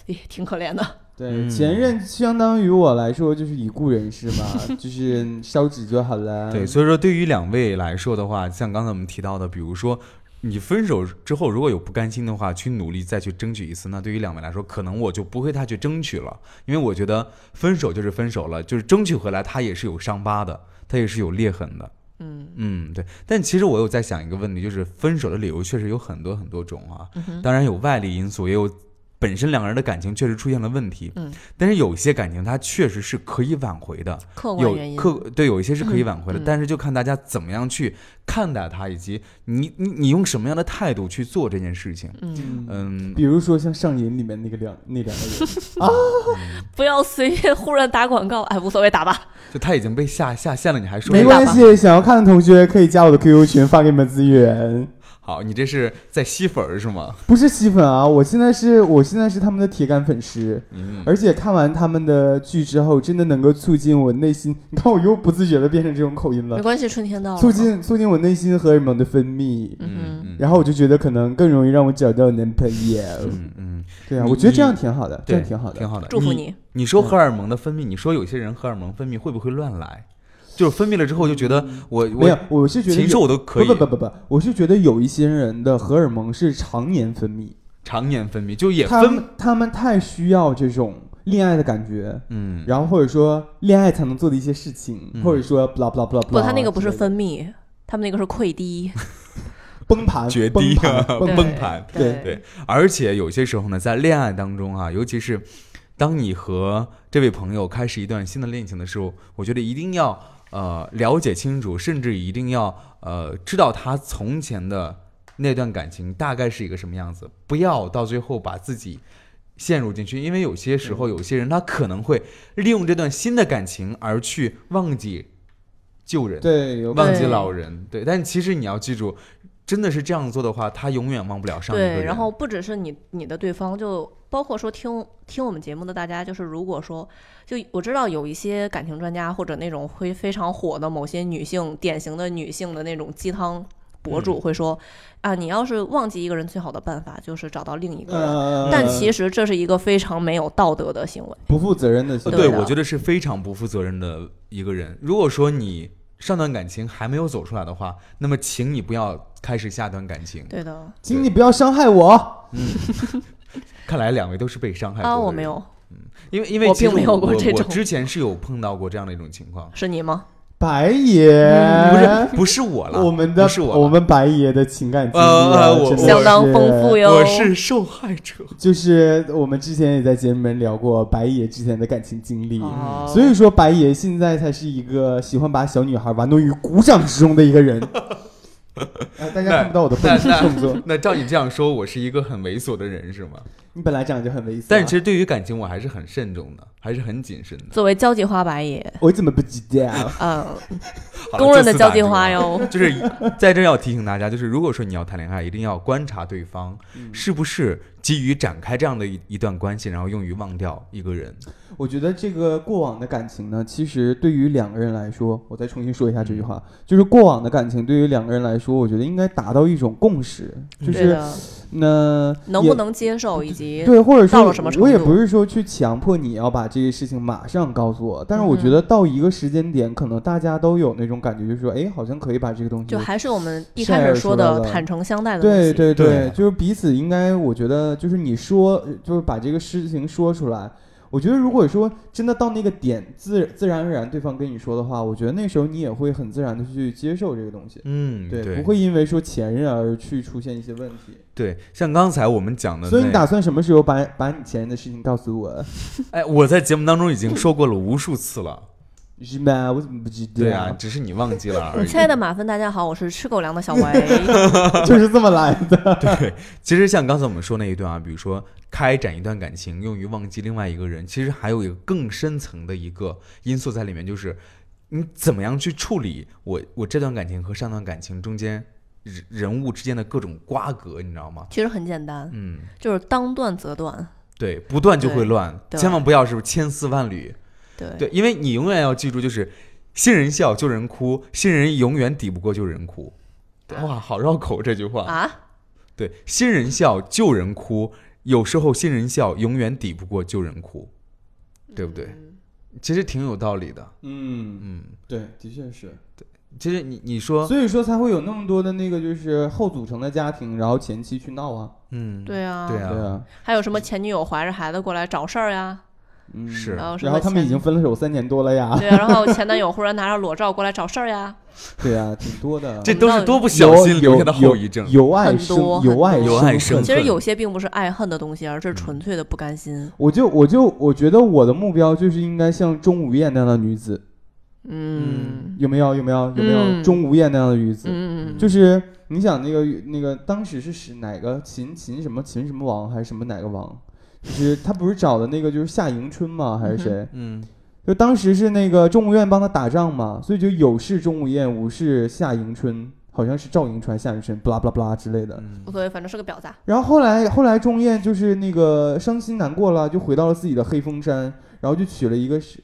Speaker 3: 也挺可怜的。
Speaker 2: 对
Speaker 1: 嗯
Speaker 2: 前任相当于我来说就是已故人士 嘛，就是烧纸就好
Speaker 3: 嗯
Speaker 2: 了。
Speaker 1: 对，所以说对于两位来说的话，像刚才我们提到的，比如说你分手之后如果有不甘心的话，去努力再去争取一次，那对于两位来说，可能我就不会太去争取了，因为我觉得分手就是分手了，就是争取回来，它也是有伤疤的，它也是有裂痕的。
Speaker 3: 嗯
Speaker 1: 嗯，对。但其实我有在想一个问题，就是分手的理由确实有很多很多种啊，
Speaker 3: 嗯哼
Speaker 1: 当然有外力因素，也有本身两个人的感情确实出现了问题。
Speaker 3: 嗯，
Speaker 1: 但是有些感情它确实是可以挽回的，
Speaker 3: 客观原
Speaker 1: 有
Speaker 3: 因，
Speaker 1: 客对有一些是可以挽回的，
Speaker 3: 嗯
Speaker 1: 但是就看大家怎么样去看待它，以及你你你用什么样的态度去做这件事情。
Speaker 3: 嗯，
Speaker 2: 嗯，
Speaker 1: 嗯，
Speaker 2: 比如说像上瘾里面那个两那两 个人，
Speaker 3: 不要随便忽然打广告，哎，无所谓，打吧。
Speaker 1: 就他已经被下下线了，你还说
Speaker 2: 没
Speaker 1: 人
Speaker 2: 关系，想要看的同学可以加我的 QQ 群，发给你们资源。
Speaker 1: 好，你这是在吸粉儿是吗？
Speaker 2: 不是吸粉啊，我现在是我现在是他们的铁杆粉丝，
Speaker 1: 嗯，
Speaker 2: 而且看完他们的剧之后，真的能够促进我内心。 你看我又不自觉的变成这种口音
Speaker 3: 没
Speaker 2: 了，
Speaker 3: 关系，春天到了嘛。
Speaker 2: 促进促进我内心荷尔蒙的分泌，
Speaker 3: 嗯
Speaker 1: 嗯
Speaker 2: 然后我就觉得可能更容易让我找到男朋友。
Speaker 1: 嗯嗯，
Speaker 2: 对啊，
Speaker 1: 你
Speaker 2: 我觉得这样挺好的，这
Speaker 1: 对，
Speaker 2: 样挺好的嗯
Speaker 1: 挺。好的。
Speaker 3: 祝福
Speaker 1: 你
Speaker 3: 你。
Speaker 1: 你说荷尔蒙的分泌，你说有些人荷尔蒙分泌会不会乱来？就是分泌了之后就觉得我
Speaker 2: 嗯没有
Speaker 1: 我，
Speaker 2: 我是觉得
Speaker 1: 禽兽
Speaker 2: 有
Speaker 1: 我都可以
Speaker 2: 不不不不不，我是觉得有一些人的荷尔蒙是常年分泌，
Speaker 1: 常年分泌，就也
Speaker 2: 他
Speaker 1: 分
Speaker 2: 们他们太需要这种恋爱的感觉，
Speaker 1: 嗯
Speaker 2: 然后或者说恋爱才能做的一些事情，
Speaker 1: 嗯
Speaker 2: 或者说 blah blah blah blah 之类的。
Speaker 3: 不，他那个不是分泌，他们那个是溃堤。
Speaker 2: 崩盘，
Speaker 1: 决
Speaker 2: 崩
Speaker 1: 堤啊
Speaker 2: 盘，
Speaker 1: 对
Speaker 2: 崩盘。
Speaker 1: 崩盘
Speaker 2: 对
Speaker 1: 对而且有些时候呢，在恋爱当中啊，尤其是当你和这位朋友开始一段新的恋情的时候，我觉得一定要呃了解清楚，甚至一定要呃知道他从前的那段感情大概是一个什么样子，不要到最后把自己。陷入进去，因为有些时候有些人他可能会利用这段新的感情而去忘记旧人，
Speaker 2: 对，有
Speaker 1: 忘记
Speaker 3: 对
Speaker 1: 老人，对。但其实你要记住，真的是这样做的话，他永远忘不了上一个人。
Speaker 3: 对，然后不只是你你的对方，就包括说听听我们节目的大家，就是如果说，就我知道有一些感情专家或者那种会非常火的某些女性典型的女性的那种鸡汤博
Speaker 1: 嗯
Speaker 3: 主会说、啊，你要是忘记一个人，最好的办法就是找到另一个人。
Speaker 2: 呃，
Speaker 3: 但其实这是一个非常没有道德的行为。
Speaker 2: 不负责任的行
Speaker 1: 呃
Speaker 2: 为，
Speaker 1: 对，
Speaker 3: 的
Speaker 1: 我觉得是非常不负责任的一个人。如果说你上段感情还没有走出来的话，那么请你不要开始下段感情。
Speaker 3: 对的，
Speaker 2: 请你不要伤害我。
Speaker 1: 看来两位都是被伤害过的
Speaker 3: 啊，
Speaker 1: 人
Speaker 3: 我没，有，
Speaker 1: 因为因为
Speaker 3: 我
Speaker 1: 其实
Speaker 3: 并没有过
Speaker 1: 我
Speaker 3: 这
Speaker 1: 我
Speaker 3: 种
Speaker 1: 之前是有碰到过这样的一种情况，
Speaker 3: 是你吗？
Speaker 2: 白爷，
Speaker 1: 嗯不是不是我了，
Speaker 2: 哎我们的
Speaker 1: 不是我了
Speaker 2: 我们白爷的情感经历啊
Speaker 1: 呃我
Speaker 2: 真的
Speaker 3: 相当丰富
Speaker 2: 是
Speaker 3: 哟。
Speaker 1: 我是受害者。
Speaker 2: 就是我们之前也在节目里面聊过白爷之前的感情经历，
Speaker 3: 哦
Speaker 2: 所以说白爷现在才是一个喜欢把小女孩玩弄于股掌之中的一个 人。啊，大家看不到我的
Speaker 1: 那
Speaker 2: 动
Speaker 1: 那
Speaker 2: 动作，
Speaker 1: 那照你这样说，我是一个很猥琐的人是
Speaker 3: 啊
Speaker 1: 吗？
Speaker 2: 你本来长得就很猥琐，啊
Speaker 1: 但其实对于感情，我还是很慎重的，还是很谨慎的。
Speaker 3: 作为交际花白也，
Speaker 2: 我怎么不啊知道？
Speaker 3: 嗯，
Speaker 1: 好了
Speaker 3: 公认的交际。
Speaker 1: 这次打
Speaker 3: 花
Speaker 1: 住了
Speaker 3: 哟。
Speaker 1: 就是在这要提醒大家，就是如果说你要谈恋爱，一定要观察对方
Speaker 2: 嗯
Speaker 1: 是不是急于展开这样的一一段关系，然后用于忘掉一个人。
Speaker 2: 我觉得这个过往的感情呢，其实对于两个人来说，我再重新说一下这句话，
Speaker 3: 嗯
Speaker 2: 就是过往的感情对于两个人来说，我觉得应该达到一种共识，就
Speaker 3: 对
Speaker 2: 是
Speaker 3: 的，
Speaker 2: 那
Speaker 3: 能
Speaker 2: 也
Speaker 3: 不能接受以及
Speaker 2: 对，或者说
Speaker 3: 到了什么程
Speaker 2: 我也
Speaker 3: 度
Speaker 2: 不是说去强迫你要把这个事情马上告诉我，但是我
Speaker 3: 嗯
Speaker 2: 觉得到一个时间点，可能大家都有那种感觉，就是说，哎，好像可以把这个东西
Speaker 3: 就还是我们一
Speaker 2: 是
Speaker 3: 开始
Speaker 2: 说
Speaker 3: 说
Speaker 2: 到
Speaker 3: 的
Speaker 2: 了
Speaker 3: 坦诚相待的东
Speaker 2: 对
Speaker 3: 西。
Speaker 2: 对
Speaker 1: 对
Speaker 2: 就是彼此应该，我觉得就是你说，就是把这个事情说出来。我觉得如果说真的到那个点，自自然而然对方跟你说的话，我觉得那时候你也会很自然的去接受这个东西，
Speaker 1: 嗯，
Speaker 2: 对，
Speaker 1: 对
Speaker 2: 不会因为说前任而去出现一些问题。
Speaker 1: 对，像刚才我们讲的那，
Speaker 2: 所以你打算什么时候把把你前任的事情告诉我？
Speaker 1: 哎，我在节目当中已经说过了无数次了。
Speaker 2: 是吗？我怎么不知道？
Speaker 1: 对啊，只是你忘记了而已
Speaker 3: 亲。爱的马芬，大家好，我是吃狗粮的小 维。
Speaker 2: 就是这么来 的。
Speaker 1: 对，其实像刚才我们说那一段啊，比如说开展一段感情用于忘记另外一个人，其实还有一个更深层的一个因素在里面，就是你怎么样去处理我我这段感情和上段感情中间人人物之间的各种瓜葛，你知道吗？
Speaker 3: 其实很简单，
Speaker 1: 嗯，
Speaker 3: 就是当断则断。
Speaker 1: 对，不断就会
Speaker 3: 对
Speaker 1: 乱，
Speaker 3: 对
Speaker 1: 千万不要是千丝万缕。
Speaker 3: 对，
Speaker 1: 对，因为你永远要记住，就是新人笑旧人哭，新人永远抵不过旧人哭。哇，好绕口这句话。
Speaker 3: 啊，
Speaker 1: 对，新人笑，旧人哭。有时候新人笑永远抵不过旧人哭，对不对？
Speaker 3: 嗯
Speaker 1: 其实挺有道理的。
Speaker 2: 嗯，
Speaker 1: 嗯，
Speaker 2: 对，的确是，
Speaker 1: 其实你你说，
Speaker 2: 嗯所以说才会有那么多的那个就是后组成的家庭，然后前妻去闹啊，
Speaker 1: 嗯，
Speaker 3: 对啊，
Speaker 1: 对啊
Speaker 2: 对啊，
Speaker 3: 还有什么前女友怀着孩子过来找事儿呀？
Speaker 2: 嗯
Speaker 1: 是
Speaker 3: 然后什
Speaker 2: 然
Speaker 3: 么
Speaker 2: 后他们
Speaker 3: 前
Speaker 2: 已经分了手三年多了呀，
Speaker 3: 对啊，然后前男友忽然拿着裸照过来找事儿呀，
Speaker 2: 对啊，挺多的。
Speaker 1: 这都是多不小心留下的后遗症。
Speaker 2: 由爱
Speaker 3: 很
Speaker 2: 生
Speaker 3: 多
Speaker 2: 由爱
Speaker 3: 很多
Speaker 1: 由爱生
Speaker 2: 恨
Speaker 3: 其实
Speaker 1: 恨
Speaker 3: 有些并不是爱恨的东西，而
Speaker 1: 嗯
Speaker 3: 是纯粹的不甘心。
Speaker 2: 我就我就我觉得我的目标就是应该像钟无艳那样的女子，
Speaker 3: 嗯
Speaker 2: 有没有？有没有？有没有？
Speaker 3: 嗯
Speaker 2: 钟无艳那样的女子，
Speaker 3: 嗯，
Speaker 2: 就是你想那个那个当时是是哪个秦秦什么秦什么王还是什么哪个王？就是他不是找的那个就是夏迎春吗？还是谁？
Speaker 1: 嗯，
Speaker 2: 就当时是那个钟无艳帮他打仗嘛，所以就有事钟无艳，无事夏迎春，好像是赵迎川、夏迎春，不啦不啦不啦之类的。
Speaker 1: 嗯
Speaker 3: 无所谓，反正是个婊子。啊
Speaker 2: 然后后来后来钟无艳就是那个伤心难过了，就回到了自己的黑风山，然后就娶了一个是。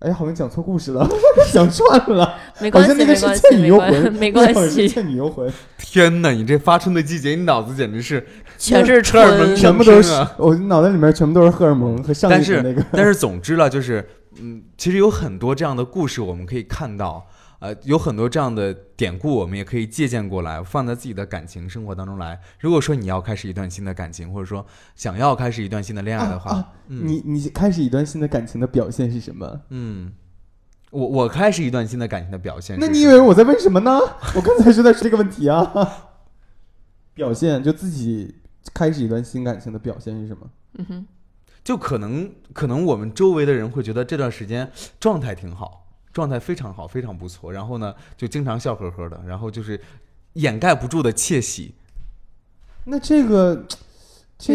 Speaker 2: 哎，好像讲错故事了， 讲串了，
Speaker 3: 没
Speaker 2: 好
Speaker 3: 关系，
Speaker 2: 像那
Speaker 3: 没
Speaker 2: 个是
Speaker 3: 关
Speaker 2: 《
Speaker 3: 系，
Speaker 2: 倩
Speaker 3: 没
Speaker 2: 女幽
Speaker 3: 关
Speaker 2: 魂
Speaker 3: 系，》，没关
Speaker 2: 那会儿是
Speaker 3: 系，
Speaker 2: 倩女幽魂》。
Speaker 1: 天哪！你这发春的季节，你脑子简直是……
Speaker 3: 全是
Speaker 1: 荷尔蒙
Speaker 3: 纯。
Speaker 2: 全部都是
Speaker 1: 上升啊
Speaker 2: 我脑袋里面全部都是荷尔蒙和上
Speaker 1: 但
Speaker 2: 一
Speaker 1: 是
Speaker 2: 的那个。
Speaker 1: 但是总之了，就是嗯，其实有很多这样的故事，我们可以看到，呃，有很多这样的典故，我们也可以借鉴过来，放在自己的感情生活当中来。如果说你要开始一段新的感情，或者说想要开始一段新的恋爱的话，
Speaker 2: 啊啊
Speaker 1: 嗯
Speaker 2: 你你开始一段新的感情的表现是什么？
Speaker 1: 嗯，我我开始一段新的感情的表现是
Speaker 2: 那
Speaker 1: 什么。
Speaker 2: 你以为我在问什么呢？我刚才是在说这个问题啊。 表现就自己开始一段新感情的表现是什么？
Speaker 3: 嗯哼，
Speaker 1: 就可能可能我们周围的人会觉得这段时间状态挺好，状态非常好，非常不错。然后呢，就经常笑呵呵的，然后就是掩盖不住的窃喜。
Speaker 2: 那这个。
Speaker 3: 有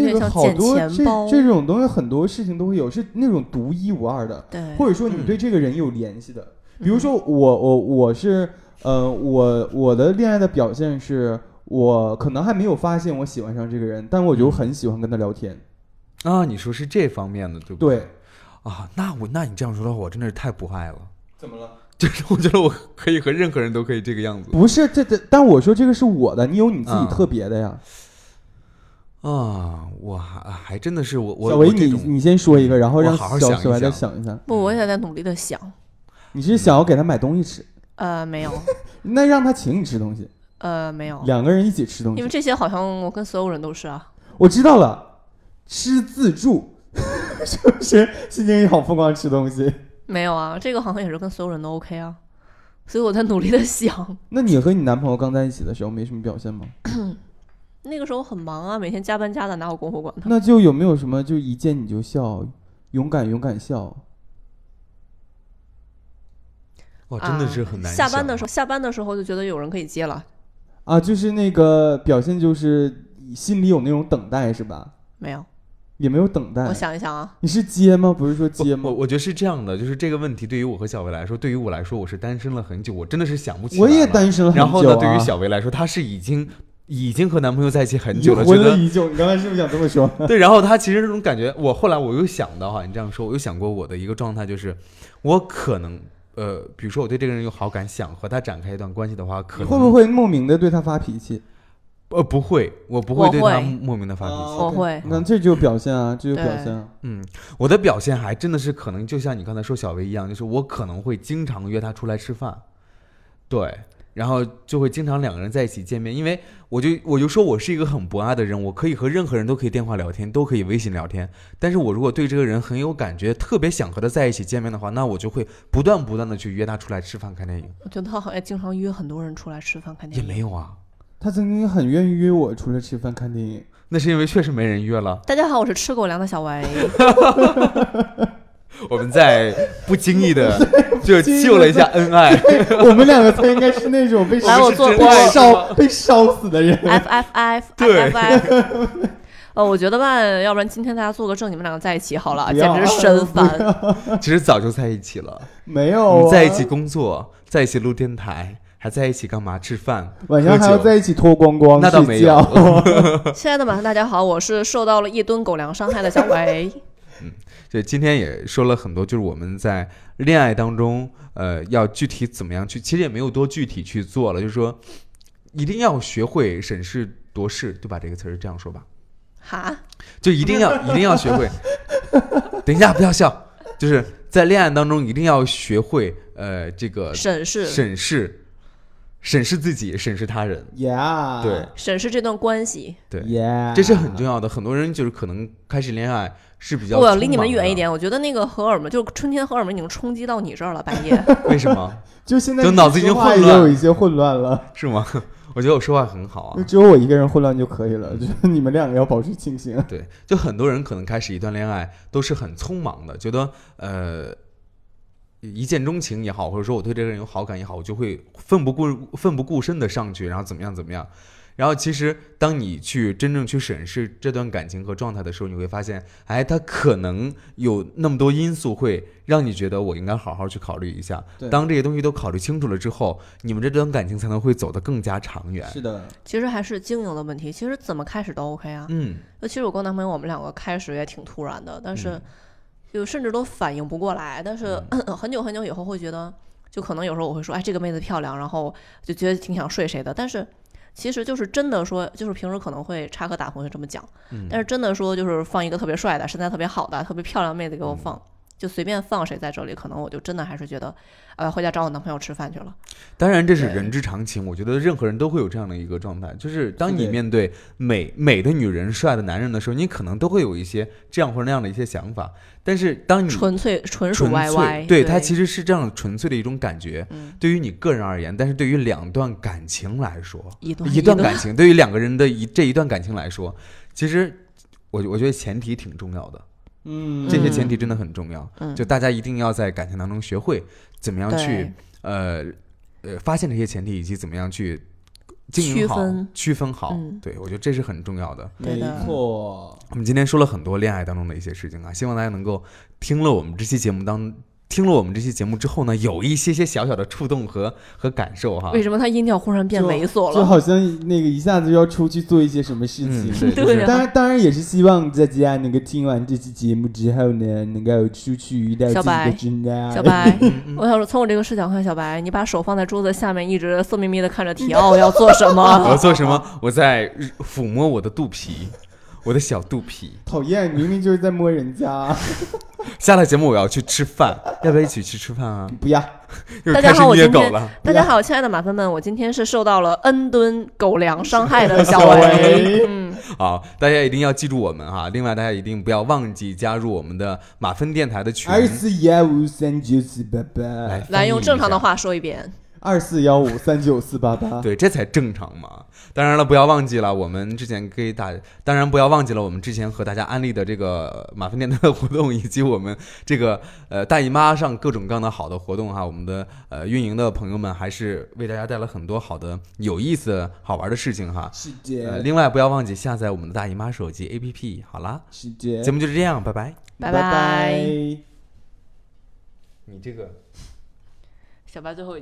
Speaker 2: 这
Speaker 3: 点
Speaker 2: 个
Speaker 3: 像
Speaker 2: 好多
Speaker 3: 捡钱
Speaker 2: 这
Speaker 3: 包
Speaker 2: 这种东西，很多事情都会有，是那种独一无二的，
Speaker 3: 对，
Speaker 2: 或者说你
Speaker 1: 嗯
Speaker 2: 对这个人有联系的。比如说我我我是呃我我的恋爱的表现是我可能还没有发现我喜欢上这个人，但我
Speaker 1: 嗯
Speaker 2: 就很喜欢跟他聊天。
Speaker 1: 啊，你说是这方面的对不
Speaker 2: 对，
Speaker 1: 啊，那我那你这样说的话，我真的是太不爱了。
Speaker 2: 怎么了？
Speaker 1: 就是我觉得我可以和任何人都可以这个样子
Speaker 2: 不是这这，但我说这个是我的，你有你自己
Speaker 1: 嗯
Speaker 2: 特别的呀。
Speaker 1: 啊，我还还真的是我我
Speaker 2: 小
Speaker 1: 我
Speaker 2: 维，
Speaker 1: 这
Speaker 2: 你
Speaker 1: 种嗯
Speaker 2: 你先说一个，然后
Speaker 1: 我
Speaker 2: 让
Speaker 1: 好好
Speaker 2: 小
Speaker 1: 想一
Speaker 2: 小白再
Speaker 1: 想
Speaker 2: 想一下。
Speaker 3: 不，我
Speaker 1: 嗯
Speaker 3: 也在努力的想，
Speaker 2: 你是想要给他买东西吃，
Speaker 3: 呃，没有，
Speaker 2: 那让他请你吃东西，
Speaker 3: 呃，没有，
Speaker 2: 两个人一起吃东
Speaker 3: 因为
Speaker 2: 西。
Speaker 3: 这些好像我跟所有人都是啊，
Speaker 2: 我知道了，吃自助， 是不是？心情也好疯狂吃东西。
Speaker 3: 没有啊，这个好像也是跟所有人都 OK 啊，所以我在努力的想，
Speaker 2: 那你和你男朋友刚在一起的时候没什么表现吗？
Speaker 3: 那个时候很忙啊，每天加班加的，哪有功夫管他？
Speaker 2: 那就有没有什么就一见你就笑，勇敢勇敢笑？
Speaker 1: 哇真的是很难、
Speaker 3: 啊。下班的时候，下班的时候就觉得有人可以接了，
Speaker 2: 啊，就是那个表现，就是心里有那种等待，是吧？
Speaker 3: 没有，
Speaker 2: 也没有等待
Speaker 3: 我。想一想啊，
Speaker 2: 你是接吗？不是说
Speaker 1: 不
Speaker 2: 接
Speaker 1: 我
Speaker 2: 吗？
Speaker 1: 我觉得是这样的，就是这个问题对于我和小维来说，对于我来说，我是单身了很久，我真的是想不起来
Speaker 2: 我也
Speaker 1: 了
Speaker 2: 单身了很久、啊、
Speaker 1: 然后呢，对于小维来说，她是已经已经和男朋友在一起很
Speaker 2: 已
Speaker 1: 久了，觉
Speaker 2: 婚了
Speaker 1: 得
Speaker 2: 已久，你刚才是不是想这么说？
Speaker 1: 对。然后她其实这种感觉，我后来我又想到哈，你这样说，我又想过我的一个状态，就是我可能呃，比如说我对这个人有好感，想和他展开一段关系的话，可
Speaker 2: 你
Speaker 1: 能
Speaker 2: 会不会莫名的对他发脾气？
Speaker 1: 呃不会，我不
Speaker 3: 我
Speaker 1: 会对他
Speaker 3: 会
Speaker 1: 莫名的发脾气。
Speaker 2: 哦
Speaker 3: 我会
Speaker 2: 那这就表现啊，这就表现啊。
Speaker 1: 嗯，我的表现还真的是可能就像你刚才说小薇一样，就是我可能会经常约她出来吃饭，对，然后就会经常两个人在一起见面，因为我就我就说我是一个很博爱的人，我可以和任何人都可以电话聊天，都可以微信聊天，但是我如果对这个人很有感觉，特别想和他在一起见面的话，那我就会不断不断的去约他出来吃饭看电影，
Speaker 3: 我觉得他好像经常约很多人出来吃饭看
Speaker 1: 也
Speaker 3: 电影，
Speaker 1: 没有啊，
Speaker 2: 他曾经很愿意约我出来吃饭看电影，
Speaker 1: 那是因为确实没人约了，
Speaker 3: 大家好，我是吃狗粮的小 歪，
Speaker 1: 我们在 不经意的就救了一下恩爱。
Speaker 2: 我们两个才应该是那种被
Speaker 3: 来我坐
Speaker 1: 我
Speaker 2: 被
Speaker 1: 是
Speaker 2: 烧被烧死的人。
Speaker 3: F F F F F F。呃， 我觉得吧，要不然今天大家做个证，你们两个在一起好了，
Speaker 2: 不
Speaker 3: 简
Speaker 2: 要
Speaker 3: 直神烦。
Speaker 1: 其实早就在一起了。
Speaker 2: 没
Speaker 1: 我
Speaker 2: 有、
Speaker 1: 们
Speaker 2: 啊，
Speaker 1: 在一起工作，在一起录电台，还在一起干嘛？吃饭，
Speaker 2: 晚上还要
Speaker 1: 喝酒
Speaker 2: 在一起脱光光
Speaker 1: 那倒
Speaker 2: 睡
Speaker 1: 没有
Speaker 2: 觉。
Speaker 3: 亲爱的马上大家好，我是受到了一吨狗粮伤害的小歪。
Speaker 1: 对，今天也说了很多，就是我们在恋爱当中，呃，要具体怎么样去，其实也没有多具体去做了，就是说，一定要学会审视度势，对吧？这个词儿是这样说吧？
Speaker 3: 哈，
Speaker 1: 就一定 要一定要学会。等一下，不要笑，就是在恋爱当中一定要学会，呃，这个
Speaker 3: 审视
Speaker 1: 审视，审视自己，审视他人，
Speaker 2: yeah，
Speaker 1: 对
Speaker 3: 审视这段关系。
Speaker 1: 对。
Speaker 2: ，yeah，
Speaker 1: 这是很重要的。很多人就是可能开始恋爱是比较
Speaker 3: 我离你们
Speaker 1: 匆忙的啊
Speaker 3: 远一，点，我 觉得那个荷尔蒙，就是春天荷尔蒙已经冲击到你这儿了， 半夜。
Speaker 1: 为什么？
Speaker 2: 就现在
Speaker 1: 就
Speaker 2: 你
Speaker 1: 脑子已经
Speaker 2: 说话
Speaker 1: 混
Speaker 2: 也
Speaker 1: 乱
Speaker 2: 有一些混乱了，
Speaker 1: 是吗？ 我觉得我说话很好
Speaker 2: 就
Speaker 1: 啊。
Speaker 2: 只有我一个人混乱就可以了。就是你们两个要保持清醒。
Speaker 1: 对，就很多人可能开始一段恋爱都是很匆忙的，觉得呃一见钟情也好，或者说我对这个人有好感也好，我就会奋不顾奋不顾身的上去，然后怎么样怎么样。然后其实当你去真正去审视这段感情和状态的时候，你会发现，哎，它可能有那么多因素会让你觉得我应该好好去考虑一下
Speaker 2: 对。
Speaker 1: 当这些东西都考虑清楚了之后，你们这段感情才能会走得更加长远。
Speaker 2: 的，
Speaker 3: 其实还是经营的问题，其实怎么开始都 OK 啊。
Speaker 1: 嗯，
Speaker 3: 那其实我跟我男朋友我们两个开始也挺突然的，但
Speaker 1: 嗯
Speaker 3: 是就甚至都反应不过来。但是、 很久很久以后会觉得，就可能有时候我会说，哎，这个妹子漂亮，然后就觉得挺想睡谁的。但是其实就是真的说，就是平时可能会插科打诨就这么讲，
Speaker 1: 嗯
Speaker 3: 但是真的说就是放一个特别帅的、身材特别好的、特别漂亮的妹子给我放。就随便放谁在这里，可能我就真的还是觉得，呃，回家找我男朋友吃饭去了。
Speaker 1: 当然，这是
Speaker 3: 对
Speaker 1: 人之常情。我觉得任何人都会有这样的一个状态，就是当
Speaker 2: 是
Speaker 1: 你
Speaker 2: 的
Speaker 1: 面对美美的女人、帅的男人的时候，你可能都会有一些这样或者那样的一些想法。但是当你
Speaker 3: 纯粹纯属
Speaker 1: 嗯纯
Speaker 3: YY，
Speaker 1: 粹，对它其实是这样纯粹的一种感觉
Speaker 3: 嗯。
Speaker 1: 对于你个人而言，但是对于两段感情来说，
Speaker 3: 一段
Speaker 1: 一段感情对于两个人的一这一段感情来说，其实我我觉得前提挺重要的，
Speaker 2: 嗯，
Speaker 1: 这些前提真的很重要。
Speaker 3: 嗯
Speaker 1: 就大家一定要在感情当中学会怎么样去
Speaker 3: 对
Speaker 1: 呃呃发现这些前提，以及怎么样去经
Speaker 3: 区
Speaker 1: 营好、区
Speaker 3: 分
Speaker 1: 分好。
Speaker 3: 嗯
Speaker 1: 对，我觉得这是很重要的。
Speaker 3: 对
Speaker 2: 没
Speaker 3: 的
Speaker 2: 错，
Speaker 1: 我们今天说了很多恋爱当中的一些事情啊，希望大家能够听了我们这期节目当听了我们这期节目之后呢，有一些些小小的触动和和感受哈。
Speaker 3: 为什么他音调忽然变
Speaker 2: 就
Speaker 3: 猥琐
Speaker 2: 就
Speaker 3: 了？
Speaker 2: 好像那个一下子要出去做一些什么事
Speaker 1: 嗯，对，
Speaker 2: 情。
Speaker 1: 就
Speaker 3: 对
Speaker 1: 是
Speaker 3: 呀
Speaker 2: 当然，当然也是希望大家能够听完这期节目之后呢，能够出去遇到自
Speaker 3: 小
Speaker 2: 己
Speaker 3: 白
Speaker 2: 的真爱。
Speaker 3: 小白，
Speaker 1: 嗯嗯
Speaker 3: 我想说，从我这个视角看，小白，你把手放在桌子下面，一直色眯眯的看 着提奥要做什
Speaker 1: 我 要
Speaker 3: 么？
Speaker 1: 做什么？我在抚摸我的肚皮，我的小肚皮。
Speaker 2: 讨厌，明明就是在摸人 家，
Speaker 1: 下了节目我要去吃饭，要不要一起去吃饭啊？
Speaker 2: 不要。
Speaker 1: 又
Speaker 3: 大家
Speaker 1: 开始
Speaker 3: 好我
Speaker 1: 虐
Speaker 3: 今
Speaker 1: 狗
Speaker 3: 天
Speaker 1: 了。
Speaker 3: 大家好，亲爱的马芬们，我今天是受到了 N 吨狗粮伤害的小
Speaker 2: 小
Speaker 3: 维
Speaker 2: 维。
Speaker 3: 嗯，
Speaker 1: 好，大家一定要记住我们哈。另外，大家一定不要忘记加入我们的马芬电台的群。
Speaker 2: 二四幺五三九四八
Speaker 1: 来
Speaker 2: 八，
Speaker 3: 来啊用正常的
Speaker 1: 话。
Speaker 3: 话说一遍。
Speaker 2: 二四幺五三九四八八。
Speaker 1: 对，这才正常嘛。当然了，不要忘记了我们之前给大，当然不要忘记了我们之前和大家安利的这个马粪电台的活动，以及我们这个呃大姨妈上各种各样的好的活动哈。我们的呃运营的朋友们还是为大家带来很多好的、有意思、好玩的事情哈。
Speaker 2: 是
Speaker 1: 呃，
Speaker 2: 的，
Speaker 1: 另外不要忘记下载我们的大姨妈手机 APP。好啦，
Speaker 2: 是的。
Speaker 1: 节目就是这样，拜拜。
Speaker 3: 拜
Speaker 2: 拜
Speaker 3: 拜
Speaker 1: 你这个。
Speaker 3: 小白最后一。